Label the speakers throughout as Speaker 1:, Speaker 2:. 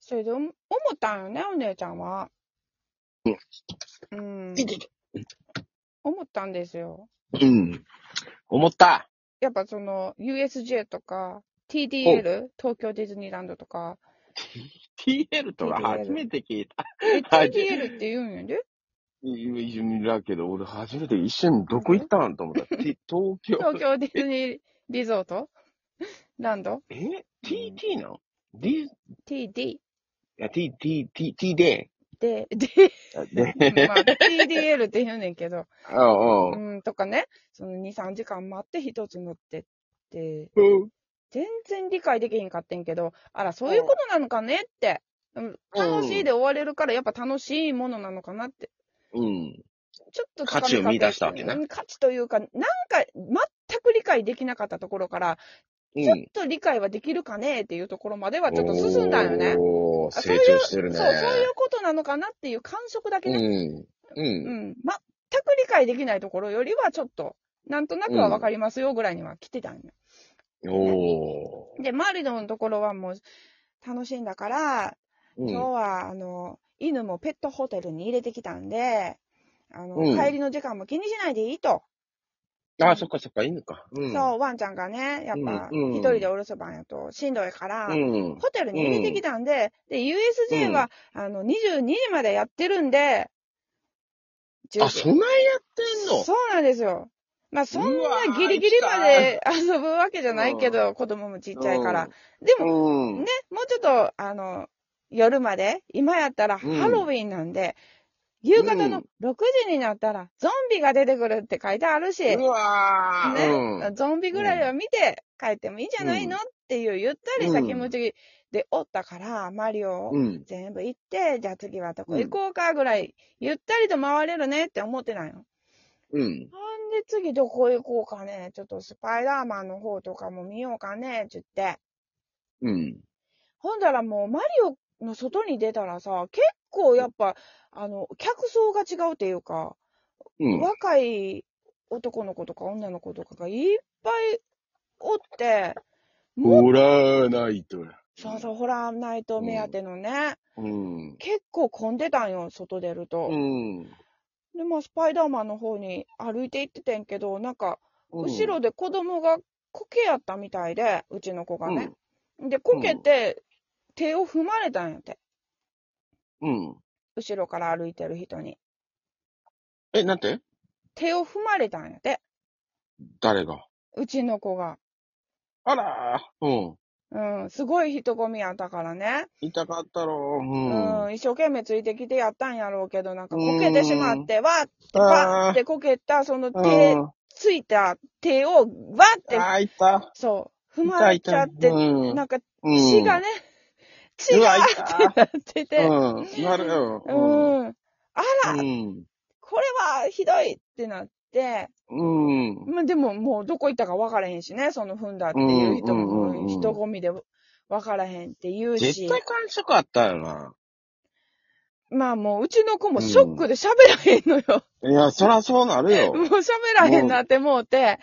Speaker 1: それでおも、思ったんよね、お姉ちゃんは。
Speaker 2: う
Speaker 1: う
Speaker 2: ん。
Speaker 1: ん。
Speaker 2: いてて
Speaker 1: 思ったんですよ。
Speaker 2: うん。思った。
Speaker 1: やっぱその、USJ とか、TDL? 東京ディズニーランドとか。
Speaker 2: TL とか初めて聞いた。
Speaker 1: え、
Speaker 2: はい
Speaker 1: TDL って言うんやで
Speaker 2: いやいやだけど、俺初めて一瞬どこ行ったんと思 った。T- 東京。
Speaker 1: 東京ディズニーリゾートランド
Speaker 2: え ?TT なの ?D? い
Speaker 1: ?TD?
Speaker 2: や、T、T、T、T で。
Speaker 1: で、で、
Speaker 2: あ
Speaker 1: まあ、TDL って言うねんけど。
Speaker 2: うんう。
Speaker 1: うんん、とかね、その2、3時間待って一つ乗ってって、
Speaker 2: うん。
Speaker 1: 全然理解できへんかってんけど、あら、そういうことなのかねって。うん楽しいで終われるから、やっぱ楽しいものなのかなって。
Speaker 2: うん。
Speaker 1: ちょっと
Speaker 2: 価値を見出したわけね
Speaker 1: ね。うん価値というか、なんか、全く理解できなかったところから、
Speaker 2: う
Speaker 1: ちょっ
Speaker 2: ん。
Speaker 1: と理解はできるかねっていうところまではちょっと進んだよね。
Speaker 2: おー、
Speaker 1: あそうい
Speaker 2: 成
Speaker 1: う
Speaker 2: 長してる
Speaker 1: そう、
Speaker 2: ね。
Speaker 1: そういうことなのかなっていう感触だけね。
Speaker 2: うん。うん
Speaker 1: う。ん。全く理解できないところよりは、ちょっと、なんとなくはわかりますよぐらいには来てたんよ。
Speaker 2: お
Speaker 1: で、マリのところはもう楽しいんだから、
Speaker 2: ー。
Speaker 1: 今日は、あの、犬もペットホテルに入れてきたんで、あの、
Speaker 2: うん
Speaker 1: 帰りの時間も気にしないでいいと。
Speaker 2: うん。あ、そっかそっか、いいのか。うん。
Speaker 1: そう、ワンちゃんがね、やっぱ、
Speaker 2: うんうん
Speaker 1: 一人でお留守番やとしんどいから、
Speaker 2: うん。
Speaker 1: ホテルに入れてきたんで、で、USJ は、あの、22時までやってるんで、
Speaker 2: あ、そんなんやってんの
Speaker 1: そうなんですよ。まあ、そん
Speaker 2: うわ
Speaker 1: な
Speaker 2: ー
Speaker 1: ギリギリまで遊ぶわけじゃないけど、子供もちっちゃいから。。で
Speaker 2: う
Speaker 1: も、
Speaker 2: ん。
Speaker 1: ね、もうちょっと、あの、夜まで、今やったらハ
Speaker 2: うん
Speaker 1: ロウィンなんで、夕方の6時になったら、ゾンビが出てくるって書いてあるし、
Speaker 2: うわ
Speaker 1: ね
Speaker 2: ー。
Speaker 1: ゾンビぐらいは見て帰ってもいいんじゃないの、っていう、ゆったりした気持ちでおったから、マリオを
Speaker 2: うん。うん。
Speaker 1: 全部行って、じゃあ次はどこ行こうかぐらい、ゆったりと回れるねって思ってないの。
Speaker 2: うん。
Speaker 1: なんで次どこ行こうかね。ちょっとスパイダーマンの方とかも見ようかね。って言って。
Speaker 2: うん。
Speaker 1: ほんだらもうマリオの外に出たらさ、結構やっぱ、あの、客層が違うっていうか、
Speaker 2: うん。
Speaker 1: 若い男の子とか女の子とかがいっぱいおって、もう、
Speaker 2: ほらないとや。
Speaker 1: そうそう、ホラーナイト目当てのね、
Speaker 2: うん。
Speaker 1: 結構混んでたんよ、外出ると。
Speaker 2: うん。
Speaker 1: で、まあ、スパイダーマンの方に歩いて行っててんけど、なんか、後ろ
Speaker 2: で
Speaker 1: で子供がこけやったみたいで、うちの子がね。。で、こけて、手を踏まれたんやって。
Speaker 2: うん。
Speaker 1: 後ろから歩いてる人に。
Speaker 2: え、なんて
Speaker 1: 手を踏まれたんやって。
Speaker 2: 誰が
Speaker 1: うちの子が。
Speaker 2: あらー。うん。
Speaker 1: うん、すごい人混みやったからね。
Speaker 2: 痛かったろう。。
Speaker 1: うんん、一生懸命ついてきてやったんやろうけど、なんかこけてしまって、わーって、わー
Speaker 2: あ
Speaker 1: ってこけた、その
Speaker 2: ー
Speaker 1: 手、
Speaker 2: うん
Speaker 1: ついた手を、わーって、
Speaker 2: あー、痛。
Speaker 1: そう、踏ま
Speaker 2: 痛
Speaker 1: れ
Speaker 2: い
Speaker 1: ちゃ
Speaker 2: 痛
Speaker 1: っ
Speaker 2: い。
Speaker 1: て、
Speaker 2: うん
Speaker 1: なんか
Speaker 2: うん
Speaker 1: 血がね、血
Speaker 2: う
Speaker 1: が
Speaker 2: わ
Speaker 1: ーってなってて、
Speaker 2: うん。なるよ。うん。
Speaker 1: うん。あら、これはひどいってなって、
Speaker 2: うん。うん。
Speaker 1: まあでももうどこ行ったか分からへんしね、その踏んだっていう人
Speaker 2: うんうんうんう
Speaker 1: も
Speaker 2: ん
Speaker 1: 人混みで分からへんって言う
Speaker 2: 絶
Speaker 1: し、
Speaker 2: 対感触あったよな。
Speaker 1: まあもううちの子もショックで喋らへん のよ。
Speaker 2: いや、そらそうなるよ。
Speaker 1: もう喋らへんなってもうて、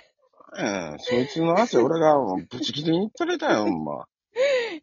Speaker 2: うん、そいつの汗、俺が、もうぶち切りに取れ たよ、ほんま。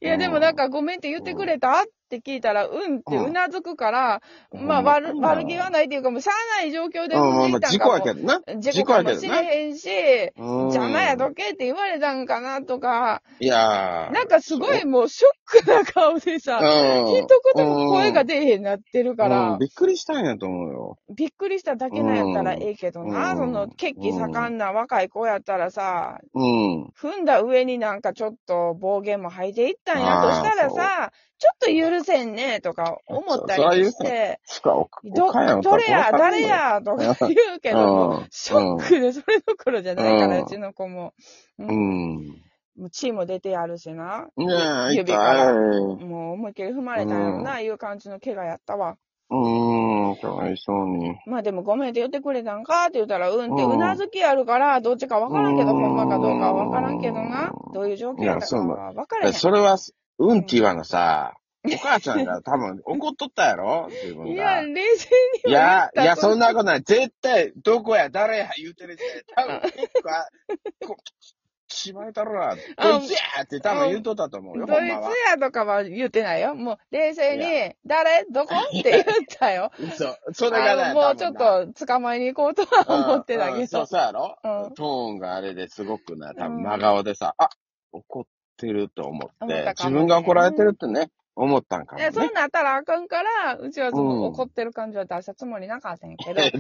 Speaker 1: いやでもなんかごめんって言ってくれたって聞いたら、うんってうなずくから、
Speaker 2: うん
Speaker 1: まあ悪
Speaker 2: うん
Speaker 1: 悪気はないっていうかもうしゃあない状況で
Speaker 2: う
Speaker 1: 踏
Speaker 2: ん、まあ
Speaker 1: んで
Speaker 2: ま
Speaker 1: い
Speaker 2: あ、
Speaker 1: たん
Speaker 2: 事
Speaker 1: か
Speaker 2: 故
Speaker 1: も
Speaker 2: やけどな。
Speaker 1: 事故かもしれへんし、
Speaker 2: うん
Speaker 1: 邪魔やどけって言われたんかなとか、
Speaker 2: いやー。
Speaker 1: なんかすごいもうショックな顔でさ、
Speaker 2: うん、
Speaker 1: 一言も声が出えへんなってるか
Speaker 2: う
Speaker 1: ら
Speaker 2: ん、びっくりしたんやと思うよ。
Speaker 1: びっくりしただけなんやったらええけどな、
Speaker 2: うん
Speaker 1: その血気盛んな若い子やったらさ、
Speaker 2: うん。
Speaker 1: 踏んだ上になんかちょっと暴言も吐いていったんやとしたらさ、ちょっと許せんねとか思ったりして、
Speaker 2: しか、おか
Speaker 1: ど、どれや、誰、やとか言うけども、
Speaker 2: うん
Speaker 1: ショックでそれどころじゃないから、
Speaker 2: うん
Speaker 1: うちの子も。う
Speaker 2: おかんやうん。
Speaker 1: もう血も出てやるしな。
Speaker 2: ねえ、
Speaker 1: 指
Speaker 2: 痛
Speaker 1: から
Speaker 2: い。
Speaker 1: もう思いっきり踏まれたんやろな、いう感じの怪我やったわ。
Speaker 2: うん、かわいそうに。
Speaker 1: まあでもごめんって言ってくれたんかって言ったら、うんって
Speaker 2: うん
Speaker 1: うなずきやるから、どっちかわからんけど、
Speaker 2: うん
Speaker 1: ほんまかどうかはわからんけどな。どういう状況やったかはわからへん。
Speaker 2: それは、うんって言わなさ、お母ちゃんが多分怒っとったやろ自分が。
Speaker 1: いや、冷静
Speaker 2: い
Speaker 1: には言
Speaker 2: や
Speaker 1: っ、
Speaker 2: い
Speaker 1: た
Speaker 2: や、そんなことない。絶対、どこや、誰や、言うてるし、多分結構、あこしまえたろな、どい
Speaker 1: あ
Speaker 2: つやって多分言うとったと思
Speaker 1: ド
Speaker 2: うよ、
Speaker 1: イ
Speaker 2: ほ
Speaker 1: ツ
Speaker 2: んまは。
Speaker 1: やとかは言ってないよ。もう、冷静
Speaker 2: い
Speaker 1: に、誰どこって言ったよ。
Speaker 2: そう。 それが
Speaker 1: あ
Speaker 2: ね、
Speaker 1: のもうちょっ
Speaker 2: 多分な、
Speaker 1: と捕まえに行こうとは思ってた
Speaker 2: うんう
Speaker 1: け
Speaker 2: んそう
Speaker 1: ど。
Speaker 2: そうやろ
Speaker 1: うん。
Speaker 2: トーンがあれですごくな、多分真顔でさ、あ、怒ってると思っ、
Speaker 1: 思ってたか
Speaker 2: 自
Speaker 1: もね
Speaker 2: 分が怒られてるってね、思ったんかも
Speaker 1: で、そ
Speaker 2: ね
Speaker 1: ん。なったらあかんから、うちはそ
Speaker 2: うん
Speaker 1: の怒ってる感じは出したつもりなかったんやけど、
Speaker 2: えで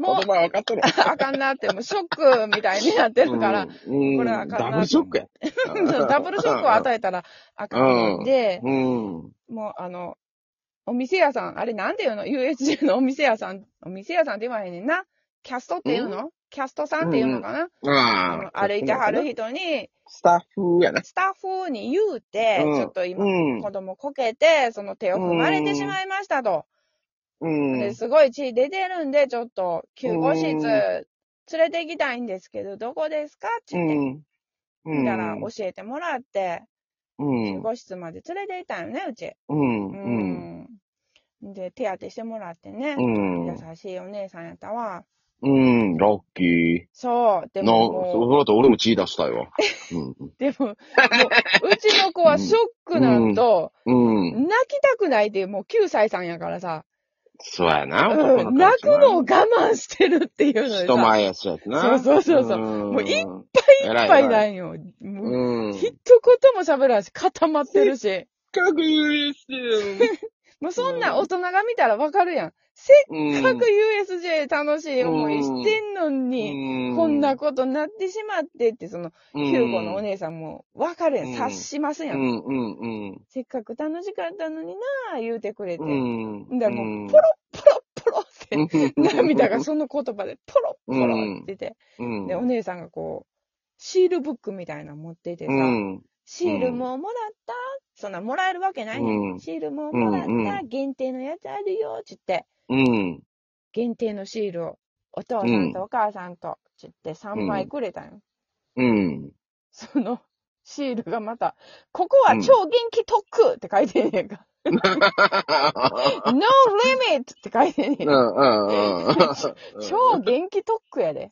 Speaker 2: も
Speaker 1: あ
Speaker 2: 言葉は分かっとるわ。
Speaker 1: あかんなって、もうショックみたいになってるから、
Speaker 2: うん、
Speaker 1: これはあかんな
Speaker 2: ダブルショックや。
Speaker 1: ダブルショックを与えたらあかんので、
Speaker 2: うん。うん。
Speaker 1: もうあの、お店屋さん、あれなんていうの ?USJ のお店屋さん、お店屋さんって言わへんねんな。キャストっていうのキャストさんっていうのかな、あ
Speaker 2: あ
Speaker 1: の
Speaker 2: あ。
Speaker 1: 歩いてはる人に、
Speaker 2: スタッフやな。
Speaker 1: スタッフに言うて、
Speaker 2: うん
Speaker 1: ちょっと今、
Speaker 2: うん
Speaker 1: 子供こけて、その手を踏まれてしまいましたと。
Speaker 2: うん。
Speaker 1: ですごい血出てるんで、ちょっと救護室
Speaker 2: うん
Speaker 1: 連れて行きたいんですけど、どこですかって
Speaker 2: う
Speaker 1: 言って。
Speaker 2: ん。う
Speaker 1: だ
Speaker 2: ん。
Speaker 1: から教えてもらって、
Speaker 2: うん
Speaker 1: 救。護室まで連れて行ったんよね、うち。
Speaker 2: うん。
Speaker 1: う
Speaker 2: うん。
Speaker 1: ん。で、手当てしてもらってね。
Speaker 2: うん。
Speaker 1: 優しいお姉さんやったわ。
Speaker 2: うん。ラッキー。
Speaker 1: そう。で
Speaker 2: な、
Speaker 1: も
Speaker 2: そ
Speaker 1: も
Speaker 2: うだと俺も血出したいわ。
Speaker 1: う、でも、もううちの子はショックなんと、
Speaker 2: うん。う
Speaker 1: 泣
Speaker 2: ん。
Speaker 1: きたくないっていう、もう9歳さんやからさ、
Speaker 2: そうやな。
Speaker 1: うん泣くのを我慢してるっていうのでさ、
Speaker 2: 人前やしやつな。
Speaker 1: そうそうそうそう
Speaker 2: も
Speaker 1: もういっ
Speaker 2: ぱい
Speaker 1: いっぱいないよ。もう、
Speaker 2: うん。
Speaker 1: 一言も喋らんし、固まってるし。
Speaker 2: く嬉しい。
Speaker 1: もうそんなん大人が見たらわかるやん。せっかく USJ 楽しい思いしてんのに、こんなことなってしまってって、その、キューコのお姉さんもわかるやん。
Speaker 2: うん
Speaker 1: 察しますや。
Speaker 2: うんんうんうん。
Speaker 1: せっかく楽しかったのになぁ、言うてくれて。
Speaker 2: うん。
Speaker 1: だからもう、ポロッポロッポロって、
Speaker 2: ッ
Speaker 1: 涙 がその言葉でポロッポロって出て、
Speaker 2: うん。
Speaker 1: で、お姉さんがこう、シールブックみたいなの持っててさ、
Speaker 2: うん。
Speaker 1: シールももらったそんな、もらえるわけないね、
Speaker 2: うん
Speaker 1: ん。シールももらった、
Speaker 2: うんうん
Speaker 1: 限定のやつあるよ、つって、
Speaker 2: うん。
Speaker 1: 限定のシールを、お父さんとお母さんと、つって3枚くれたよ。
Speaker 2: うん。
Speaker 1: その、シールがまた、ここは超元気特区って書いてんねん か。no limit! って書いてんねん。超元気特区やで。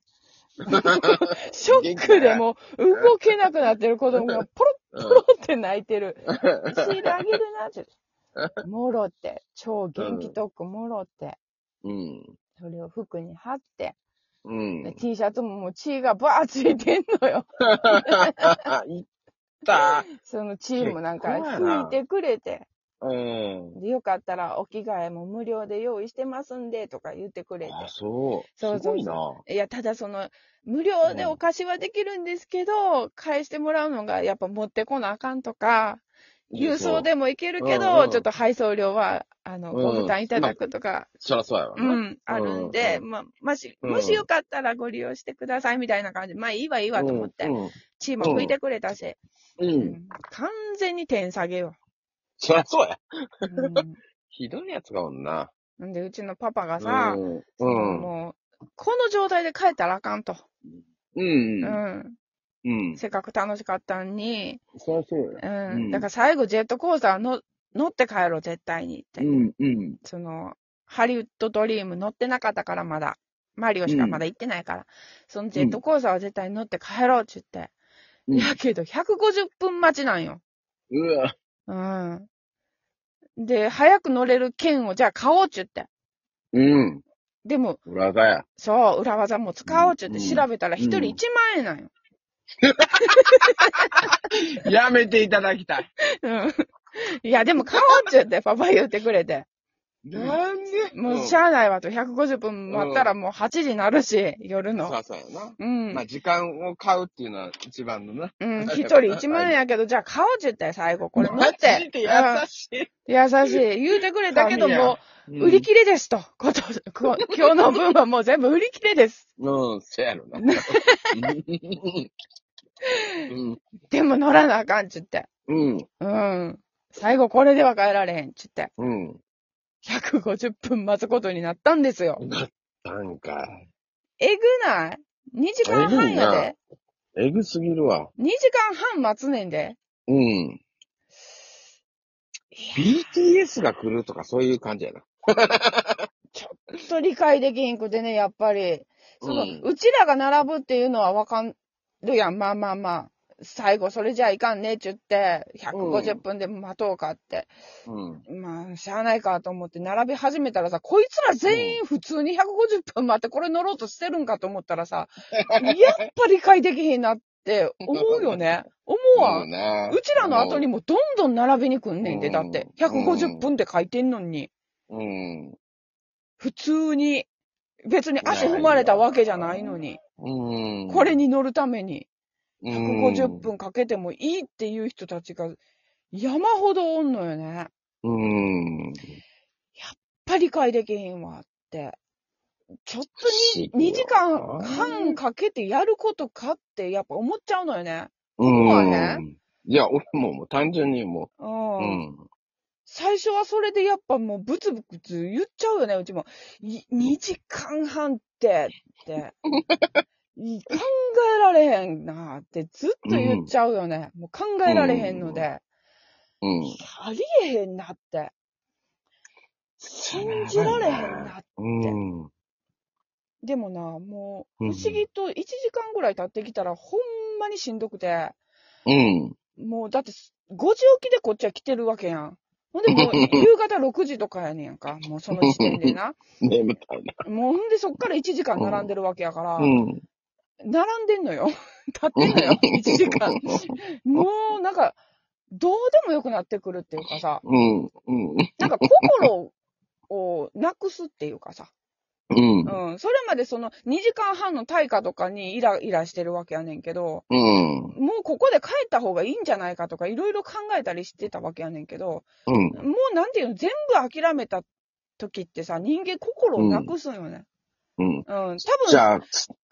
Speaker 1: ショックでもう動けなくなってる子供がポロッポロって泣いてる。シールあげるなって。もろって、超元気特区もろって、
Speaker 2: うん。
Speaker 1: それを服に貼って、
Speaker 2: うん。
Speaker 1: T シャツももう血がバーついてんのよ。
Speaker 2: いった。
Speaker 1: その血もなんか
Speaker 2: 結構やな
Speaker 1: 拭いてくれて。
Speaker 2: うん。
Speaker 1: で、よかったらお着替えも無料で用意してますんで、とか言ってくれ
Speaker 2: あ、
Speaker 1: て。
Speaker 2: そう。
Speaker 1: そうそうそう
Speaker 2: すごいな。
Speaker 1: いや、ただその、無料でお貸しはできるんですけど、返してもらうのがやっぱ持ってこなあかんとか、郵送でもいけるけど、
Speaker 2: うんうん
Speaker 1: ちょっと配送料は、あの、
Speaker 2: うん
Speaker 1: ご負担いただくとか、
Speaker 2: そりゃそうやわ
Speaker 1: うん、
Speaker 2: な。
Speaker 1: あるんで、
Speaker 2: う
Speaker 1: まあ、もし、
Speaker 2: うん
Speaker 1: もしよかったらご利用してくださいみたいな感じ。まあ、いいわ、いいわと思って。
Speaker 2: うん。
Speaker 1: チーム拭いてくれたし、
Speaker 2: う。
Speaker 1: うんん完全に点下げよ。
Speaker 2: そりゃそうや。
Speaker 1: うん
Speaker 2: ひどいやつがおんな。
Speaker 1: なんで、うちのパパがさ、
Speaker 2: うん。
Speaker 1: そのもう、この状態で帰ったらあかんと。
Speaker 2: う。
Speaker 1: うんん。
Speaker 2: うん。
Speaker 1: せっかく楽しかったのに、
Speaker 2: そりゃそうや。
Speaker 1: うん。
Speaker 2: うん
Speaker 1: だから最後ジェットコースターの乗って帰ろう、絶対にって。
Speaker 2: うん。うん。
Speaker 1: その、ハリウッドドリーム乗ってなかったからまだ。マリオしかまだ行ってないから。そのジェットコースターは絶対に乗って帰ろうって言って。
Speaker 2: うん
Speaker 1: やけど、150分待ちなんよ。
Speaker 2: うわ。
Speaker 1: うん。で、早く乗れる券をじゃあ買おうって言って。
Speaker 2: うん。
Speaker 1: でも、
Speaker 2: 裏だや。
Speaker 1: そう、裏技も使おうって言っ
Speaker 2: う
Speaker 1: て
Speaker 2: ん
Speaker 1: 調べたら一人1万円なんよ。
Speaker 2: やめていただきたい。
Speaker 1: うん。いや、でも買おうって言って、パパ言ってくれて。
Speaker 2: なんで
Speaker 1: もうしゃあないわと、150分待ったらもう8時になるし、夜
Speaker 2: そり
Speaker 1: の。
Speaker 2: ゃそうやな。
Speaker 1: う
Speaker 2: まあ、
Speaker 1: ん。
Speaker 2: 時間を買うっていうのは一番のな。
Speaker 1: うん。一人1万円やけど、じゃあ買おうって言ったよ、最後。これ持っ
Speaker 2: マ
Speaker 1: て
Speaker 2: ジ。で優しい。
Speaker 1: うん優しい。言うてくれたけども、売り
Speaker 2: 切
Speaker 1: 切れですと。こと、こ今日の分はもう全部売り切れです。
Speaker 2: うん、せや ろな。うん。
Speaker 1: でも乗らなあかんっつって。
Speaker 2: うん。
Speaker 1: うん。最後これでは帰られへんっつって。
Speaker 2: うん。
Speaker 1: 150分待つことになったんですよ。
Speaker 2: なんか、
Speaker 1: えぐない ?2 時間半やで。
Speaker 2: えぐすぎるわ。
Speaker 1: 2時間半待つねんで。
Speaker 2: うん。BTS が来るとかそういう感じやな。
Speaker 1: ちょっと理解できんくてね、やっぱり。その、
Speaker 2: う
Speaker 1: うんちらが並ぶっていうのはわかるやん、まあまあまあ。最後それじゃいかんねって言って、
Speaker 2: う
Speaker 1: 150
Speaker 2: ん
Speaker 1: 分で待とうかって、
Speaker 2: うん。
Speaker 1: まあ、しゃあないかと思って並び始めたらさ、こいつら全員普通に150分待ってこれ乗ろうとしてるんかと思ったら さ、やっぱ理解できへんなって思うよね。思うわ。
Speaker 2: うな
Speaker 1: うちらの後にもどんどん並びに来んねんで、
Speaker 2: うん
Speaker 1: だって。
Speaker 2: うん
Speaker 1: 150分で書いてんのに。
Speaker 2: うん。
Speaker 1: 普通に。別に足踏まれたわけじゃないのに。
Speaker 2: うん。
Speaker 1: これに乗るために
Speaker 2: うん、
Speaker 1: 150分かけてもいいっていう人たちが山ほどおんのよね。やっ
Speaker 2: うん。
Speaker 1: ぱ理解できへんわって。ちょっと
Speaker 2: 不思議
Speaker 1: に
Speaker 2: よ
Speaker 1: 2時間半かけてやることかってやっぱ思っちゃうのよね。
Speaker 2: う
Speaker 1: うね
Speaker 2: ん。いや、俺ももう単純にも
Speaker 1: う。
Speaker 2: う、うんん。
Speaker 1: 最初はそれでやっぱもうブツブツ言っちゃうよね、うちも。2時間半って、って。い考えられへんなってずっと言っちゃうよね。もう考えられへんので。
Speaker 2: うん。
Speaker 1: ありえへんなって。信じられへんな。
Speaker 2: うん。
Speaker 1: でもな、もう、
Speaker 2: う
Speaker 1: 不
Speaker 2: ん
Speaker 1: 思議と1時間ぐらい経ってきたらほんまにしんどくて。
Speaker 2: うん。
Speaker 1: もうだってす5時起きでこっちは来てるわけやん。ほんで もう夕方6時とかやねんか。もうその時点でな。
Speaker 2: 眠たいな。
Speaker 1: もうほんでそっから1時間並んでるわけやから、
Speaker 2: うん。
Speaker 1: 並んでんの よ。立ってんのよ、1時間。もうなんか、どうでもよくなってくるっていうかさ、
Speaker 2: うん。うん。
Speaker 1: なんか心をなくすっていうかさ、
Speaker 2: うん。
Speaker 1: うん、それまでその2時間半の対価とかにイライラしてるわけやねんけど、
Speaker 2: うん。
Speaker 1: もうここで帰った方がいいんじゃないかとかいろいろ考えたりしてたわけやねんけど、
Speaker 2: うん。
Speaker 1: もうなんていうの、全部諦めた時ってさ、人間心をなくすんよね。
Speaker 2: うん。
Speaker 1: うん、多分、
Speaker 2: じゃあ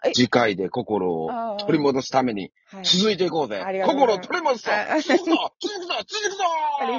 Speaker 1: え、
Speaker 2: 次回で心を
Speaker 1: あー
Speaker 2: 取り戻すために
Speaker 1: はい
Speaker 2: 続いていこうぜ
Speaker 1: あり。がとうござ
Speaker 2: 心
Speaker 1: い
Speaker 2: を
Speaker 1: ます
Speaker 2: 取り戻すぞ
Speaker 1: ああ
Speaker 2: 続くぞ続くぞ続くぞ
Speaker 1: あり